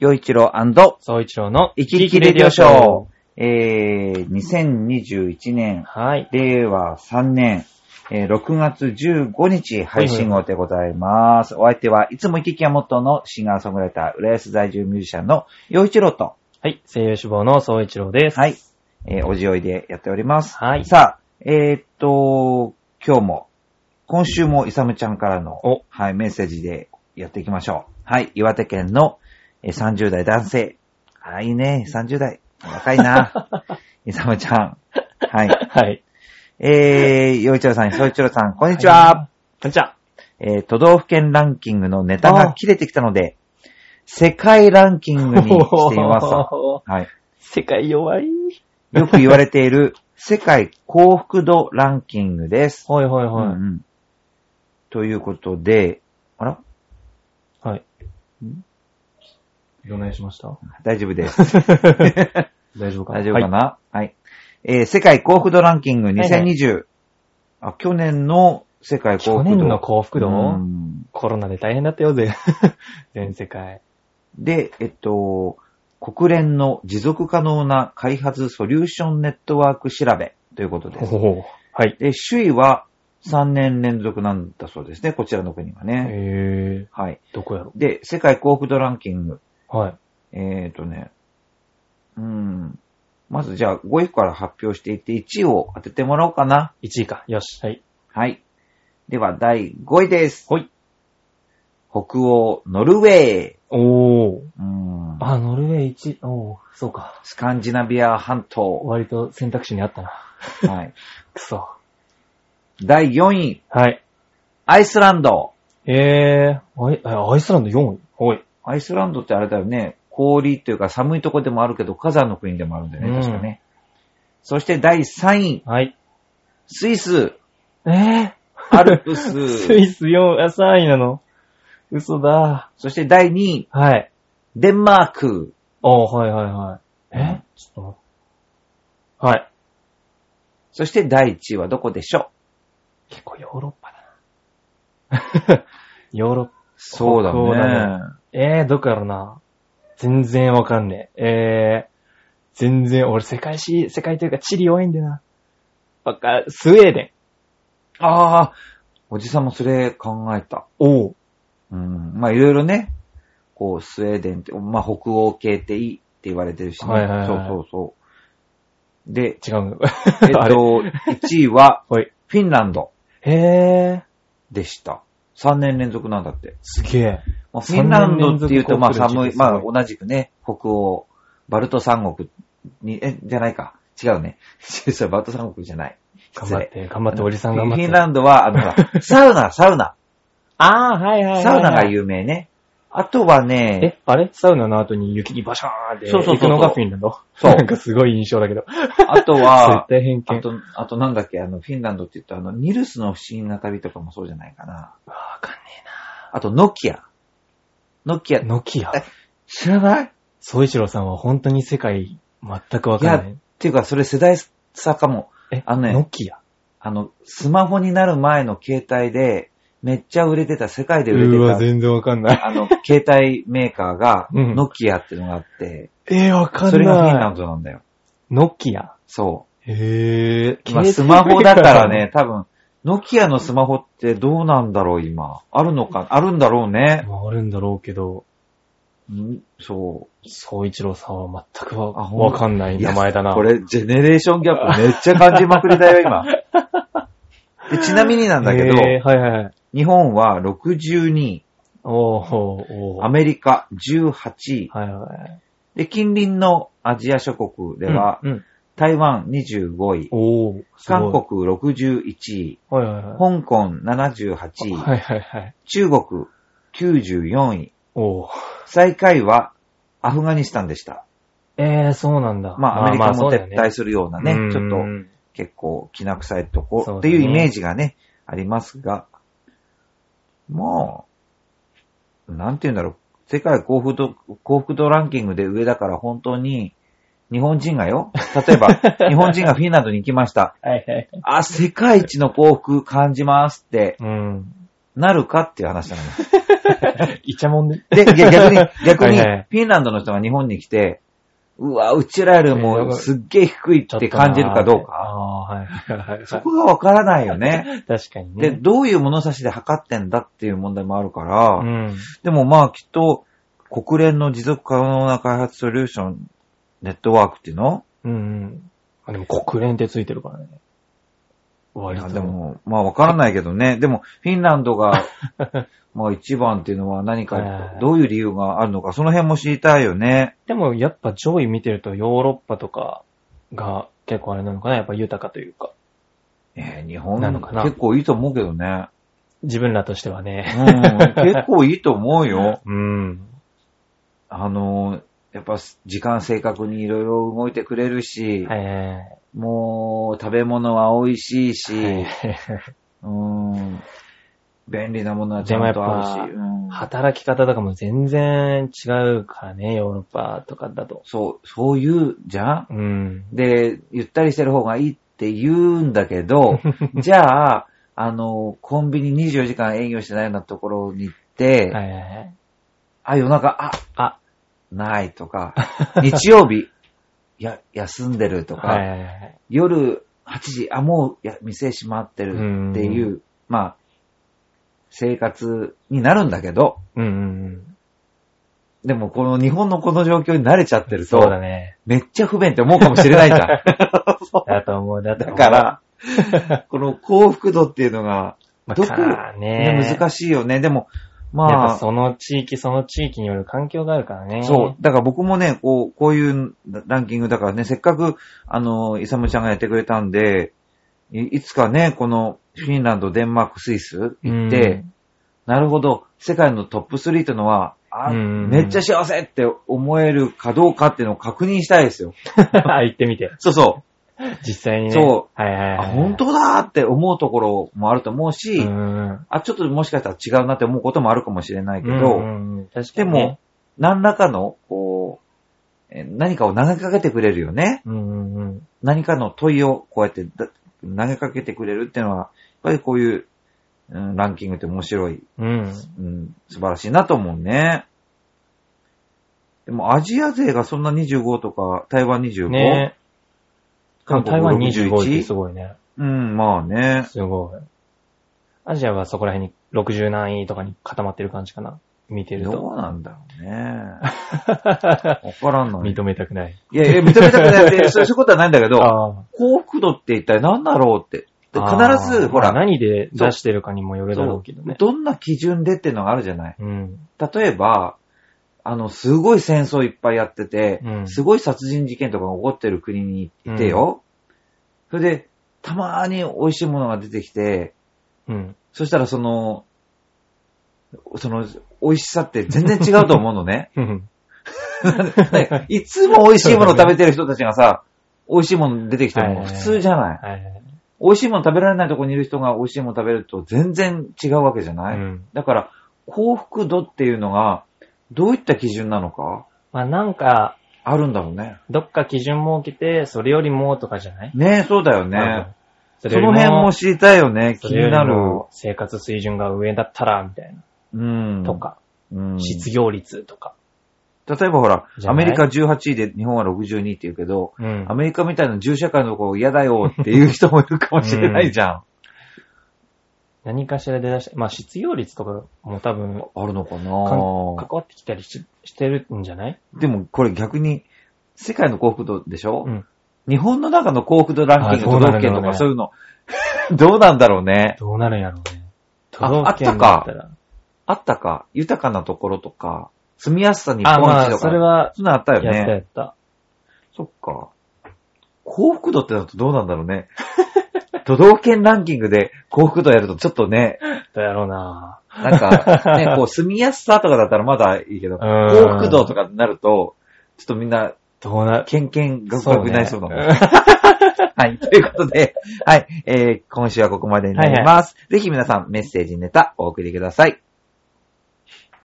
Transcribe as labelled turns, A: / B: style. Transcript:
A: 洋一郎
B: 総一郎の
A: 生き生きレディオショー。えー、2021年、
B: はい。
A: 令和3年、えー6月15日配信号でございます。お相手はいつも生き生きは元のシンガーソングライター、浦安在住ミュージシャンの洋一郎と、
B: はい。声優志望の総一郎です。
A: はい、えーおじおいでやっております。
B: はい
A: さあ、えー、っと、今日も、今週もイサムちゃんからの
B: お、
A: はい、メッセージでやっていきましょう。はい、岩手県のえー30代男性。あー、いいね、30代。若い な。イサムちゃん。はい。
B: はい。
A: えー、洋一郎さん、総一郎さん、こんにちは。
B: こんにちは。
A: えー、都道府県ランキングのネタが切れてきたので、世界ランキングにしてみますと。 はい。
B: 世界弱い。
A: よく言われている、世界幸福度ランキングです。
B: はいはいは
A: う
B: い。
A: んうんということで、あら
B: はい。どないしました
A: 大丈夫です。
B: 大丈夫か
A: 大丈夫か
B: な
A: なはい、えー世界幸福度ランキング2020。あ、去年の世界幸福度。
B: 去年の幸福度
A: うん
B: コロナで 大変だったよ、全全世界。
A: で、えっと、国連の持続可能な開発ソリューションネットワーク調べということです。
B: おーはい。
A: で、首位は3年連続なんだそうですね、こちらの国はね。
B: えー、
A: はい。
B: どこやろ
A: で、世界幸福度ランキング。
B: はい。
A: えっ、とね、うん。まずじゃあ5位から発表していって1位を当ててもらおうかな。
B: 1位か。よし。はい。
A: はい。では第5位です。
B: はい。
A: 北欧、ノルウェー。
B: おー。
A: うん。
B: あ、ノルウェー1、おー、そうか。
A: スカンジナビア半島。
B: 割と選択肢にあったな。
A: はい。
B: くそ。
A: 第4位、
B: はい。
A: アイスランド。
B: えー、アイアイスランド4位おい。
A: アイスランドってあれだよね、氷というか寒いとこでもあるけど、火山の国でもあるんだよね、
B: うん
A: 確かね。そして第3位、
B: はい。
A: スイス、
B: えー、
A: アルプ
B: ス
A: ス。
B: イス4、あ、3位なの。嘘だ。
A: そして第2位、
B: はい。
A: デンマーク。
B: おはいはいはい。えちょっと待って。はい。
A: そして第1位はどこでしょ
B: 結構ヨーロッパだな。 ヨーロッパ。
A: うそうだ
B: 北欧
A: ね
B: だ。えー、どこやろな。全然わかんねえ。えー、全然、俺世界史、世界というか地理弱いんだよな。ばっか、スウェーデン。
A: ああ、おじさんもそれ考えた。
B: おう。
A: うん。まあいろいろね、こう、スウェーデンって、まあ北欧系っていいって言われてるしね。
B: はいはいはい
A: そうそうそう。 で、
B: 違うの。
A: えっと、
B: あれ
A: 1位は
B: はい。
A: フィンランド。
B: へー、
A: でした。3年連続なんだって。
B: すげえ。
A: まあフィンランドっていうと、まあ
B: 三年
A: 寒
B: 連
A: い、
B: 続
A: まあ
B: す
A: 同じくね、北欧、バルト三国に、え、じゃないか。違うね。 それバルト三国じゃない。
B: 頑
A: 失
B: 張っ
A: 礼。
B: て、頑張って、おじさん頑張っ
A: フィ
B: て。
A: ンランドは、あのほ ら、サウナ、サウナ。
B: あー、はいはいはい、はい。
A: サウナが有名ね。あとはね、
B: え、あれサウナの後に雪にバシャーンって
A: そうそうそうそう
B: 行くのがフィンランド
A: そう
B: なんかすごい印象だけど。
A: あとは
B: 絶、対偏見。
A: あと、あとなんだっけ、あの、フィンランドって言ったあの、ニルスの不思議な旅とかもそうじゃないかな。
B: うわわかんね
A: あと、ノキア。ノキア
B: え。、ノキア。
A: え知らない
B: 総一郎さんは本当に世界全くわかんない。
A: っていうか、それ世代差かも。
B: え、
A: あのね
B: ノキア。
A: あの、スマホになる前の携帯で、めっちゃ売れてた、世界で売
B: うわ、
A: れて
B: 全然わかんない。
A: た、あの、携帯メーカーが、
B: うん
A: ノキアっていうのがあって、
B: えー、わかんない。
A: それがフィンランドなんだよ。
B: ノキア。
A: そ
B: へ
A: う。
B: ー。
A: まあ、スマホだからね、多分、ノキアのスマホってどうなんだろう、今。あるのか、あるんだろうね。
B: まあ。あるんだろうけど、
A: うんそ
B: 総一郎さんは全くわ
A: あほん
B: わかんな
A: う。
B: い名前だ
A: い
B: な。
A: やこれ、ジェネレーションギャップめっちゃ感じまくりだよ、 今。でちなみになんだけど、
B: えー、はいはいはい。
A: 日本は62位、
B: おー、おー。
A: アメリカ18位、
B: はいはい。
A: で、近隣のアジア諸国では、
B: うん、うん。
A: 台湾25位、
B: おー、すご
A: 韓。
B: い
A: 国61位、
B: はいはいはい。
A: 香港78位、
B: はいはいはい。
A: 中国94位、
B: おー。
A: 最下位はアフガニスタンでした。
B: ええそうなんだ。
A: まあ、アメリカも撤退
B: し
A: するような
B: た
A: ね、ち
B: う
A: ょっと
B: ん
A: 結構きな臭いとこ
B: そう
A: って
B: だね
A: いうイメージがね、ありますが、まあ、なんて言うんだろう、世界幸福度、幸福度ランキングで上だから本当に、日本人がよ、例え ば、日本人がフィンランドに行きました。
B: はいはい。
A: あ、世界一の幸福感じますって
B: うん。
A: なるかっていう話なの。
B: イチャモンで。
A: で、逆に、 逆に、
B: は
A: フ
B: いはい
A: ィンランドの人が日本に来て、うわ、うちらよりもすっげえ低い
B: ち
A: っ
B: ょっと
A: て
B: な
A: 感じるかどうか。
B: ああー、はいはいはい。
A: そこがわからないよね。
B: 確かにね。
A: で、どういう物差しで測ってんだっていう問題もあるから、
B: うん。
A: でもまあきっと、国連の持続可能な開発ソリューション、ネットワークっていうの
B: うんうん。あ、でも国連ってついてるからね。割と。
A: でも、まあわからないけどね。でも、フィンランド が、まあ一番っていうのは何か
B: は、い
A: どういう理由があるのか、その辺も知りたいよね。
B: でもやっぱ上位見てるとヨーロッパとかが結構あれなのかなやっぱ豊かというか。
A: えー日本
B: なのかな
A: 結構いいと思うけどね。
B: 自分らとしては
A: う ん、
B: ね。
A: 結構いいと思うよ。
B: うん。
A: あのー、やっぱ時間正確にいろいろ動いてくれるし、
B: はいはいはい。
A: もう食べ物は美味しいし、
B: はい
A: うん、便利なものはちゃんとあるし、
B: で
A: うん
B: 働き方とかも全然違うからね、ヨーロッパとかだと。
A: そう、そう言うじゃん
B: うん。
A: で、ゆったりしてる方がいいって言うんだけ ど、じゃあ、あの、コンビニ24時間営業してないようなところに行って、
B: はいはいはい。
A: あ、夜中、あ、
B: あ、
A: ないと か、日曜日、いや、休んでるとか、
B: はいはいはい。
A: 夜8時、あ、もうや店閉まってるっていう、まあ、生活になるんだけど、
B: うんうんうん。
A: でもこの日本のこの状況に慣れちゃってる
B: そうだ
A: と、
B: ね。
A: めっちゃ不便って思うかもしれ ないじゃん。
B: だと思う。だと
A: だ
B: 思う
A: から、この幸福度っていうのが、
B: まあ、
A: どこ
B: からね。
A: ね難しいよね。でも、
B: やっ
A: ま
B: ぱ
A: あ、
B: その地域その地域による環境があるからね。
A: そう。だから僕もね、こう、こういうランキングだからね、せっかく、あの、イサムちゃんがやってくれたんで、いいつかね、この、フィンランド、デンマーク、スイス行って、なるほど、世界のトップ3ってのは、あ、
B: うん
A: めっちゃ幸せって思えるかどうかっていうのを確認したいですよ。
B: うん、 行ってみて。
A: そうそう。
B: 実際にね。。
A: そう
B: はいはいはい、
A: あ、本当だーって思うところもあると思うし、
B: うん。
A: あ、ちょっともしかしたら違うなって思うこともあるかもしれないけど、
B: うんうん、確か
A: で
B: に、
A: も、
B: ね。
A: 何らかの、こう、えー何かを投げかけてくれるよね。
B: でも、うんうんうん。
A: 何かの問いをこうやってだ投げかけてくれるっていうのは、やっぱりこういう、うんランキングって面白い、
B: うん。
A: うん、素晴らしいなと思うね。でもアジア勢がそんな25とか、台湾25、
B: ね
A: 韓国
B: 台湾25位ってす
A: 61。
B: ごいね。
A: うん、まあね。
B: すごい。アジアはそこら辺に60何位とかに固まってる感じかな。見てる
A: ど
B: と。
A: うなんだろうね。わからんない。
B: 認めたくない。
A: いや いや、認めたくないって、そういうことはないんだけど、
B: あ
A: 幸福度って一体何だろうって。で
B: あ。
A: 必ず、ほ
B: ま
A: ら、
B: あ何で出してるかにもよるだろうけどね。
A: どんな基準でっていうのがあるじゃない。
B: うん。
A: 例えば、あの、すごい戦争いっぱいやってて、
B: うん
A: すごい殺人事件とかが起こってる国にいてよ。それで、たまーに美味しいものが出てきて、
B: うん。
A: そしたらその、その、美味しさって全然違うと思うの ね。
B: うん。
A: ねいつも美味しいもの食べてる人たちがさ、美味しいもの出てきて
B: はいは
A: も
B: いは
A: 普
B: い
A: 通じゃない。
B: はいはい。
A: 美味しいもの食べられないとこにいる人が美味しいもの食べると全然違うわけじゃない、
B: うん。
A: だから、幸福度っていうのが、どういった基準なのか
B: まあなんか、
A: あるんだろうね。
B: どっか基準設けて、それよりもとかじゃない
A: ねえ、そうだよ
B: うん
A: ね。
B: そ
A: そ
B: れより
A: の辺も知りたいよね。気
B: それよ
A: に
B: り
A: なる。
B: も生活水準が上だったら、みたい
A: うん。
B: な。と。か、
A: うん。
B: 失業率とか。
A: 例えばほら、
B: じ
A: ア
B: ゃな
A: メ
B: い
A: リカ18位で日本は62位って言うけど、
B: うん
A: アメリカみたいな銃社会のとこ嫌だよっていう人もいるかもしれないじゃん。
B: 何かしらで出して、まあ失業率とかも多分、
A: あるのかな
B: 関わってきたりししてるんじゃない
A: でもこれ逆に、世界の幸福度でしょ、
B: うん
A: 日本の中の幸福度ランキング
B: あ
A: 都
B: そう
A: 道府
B: なるんだ
A: 県
B: ろ
A: と
B: うね
A: かそういうの、 どうなんだろうね。
B: どうなるんやろうね。
A: あ
B: 都道府県だったら。
A: あったか、豊かなところとか、住みやすさ日本
B: あ、ま
A: 一
B: あ、
A: とか、
B: それは、
A: そんなのあったよ
B: やったや
A: ね。
B: った。
A: そっか。幸福度ってだとどうなんだろうね。 都道府県ランキングで幸福度やるとちょっとね、
B: だやろうな
A: なんか、ね、こう住みやすさとかだったらまだいいけど、
B: うん
A: 幸福度とかになると、ちょっとみんな
B: どうな、
A: ケンケンガクガクになりそうだもん。
B: ね
A: はい。ということで、はい。えー今週はここまでになります。ぜひ皆さんメッセージネタお送りください。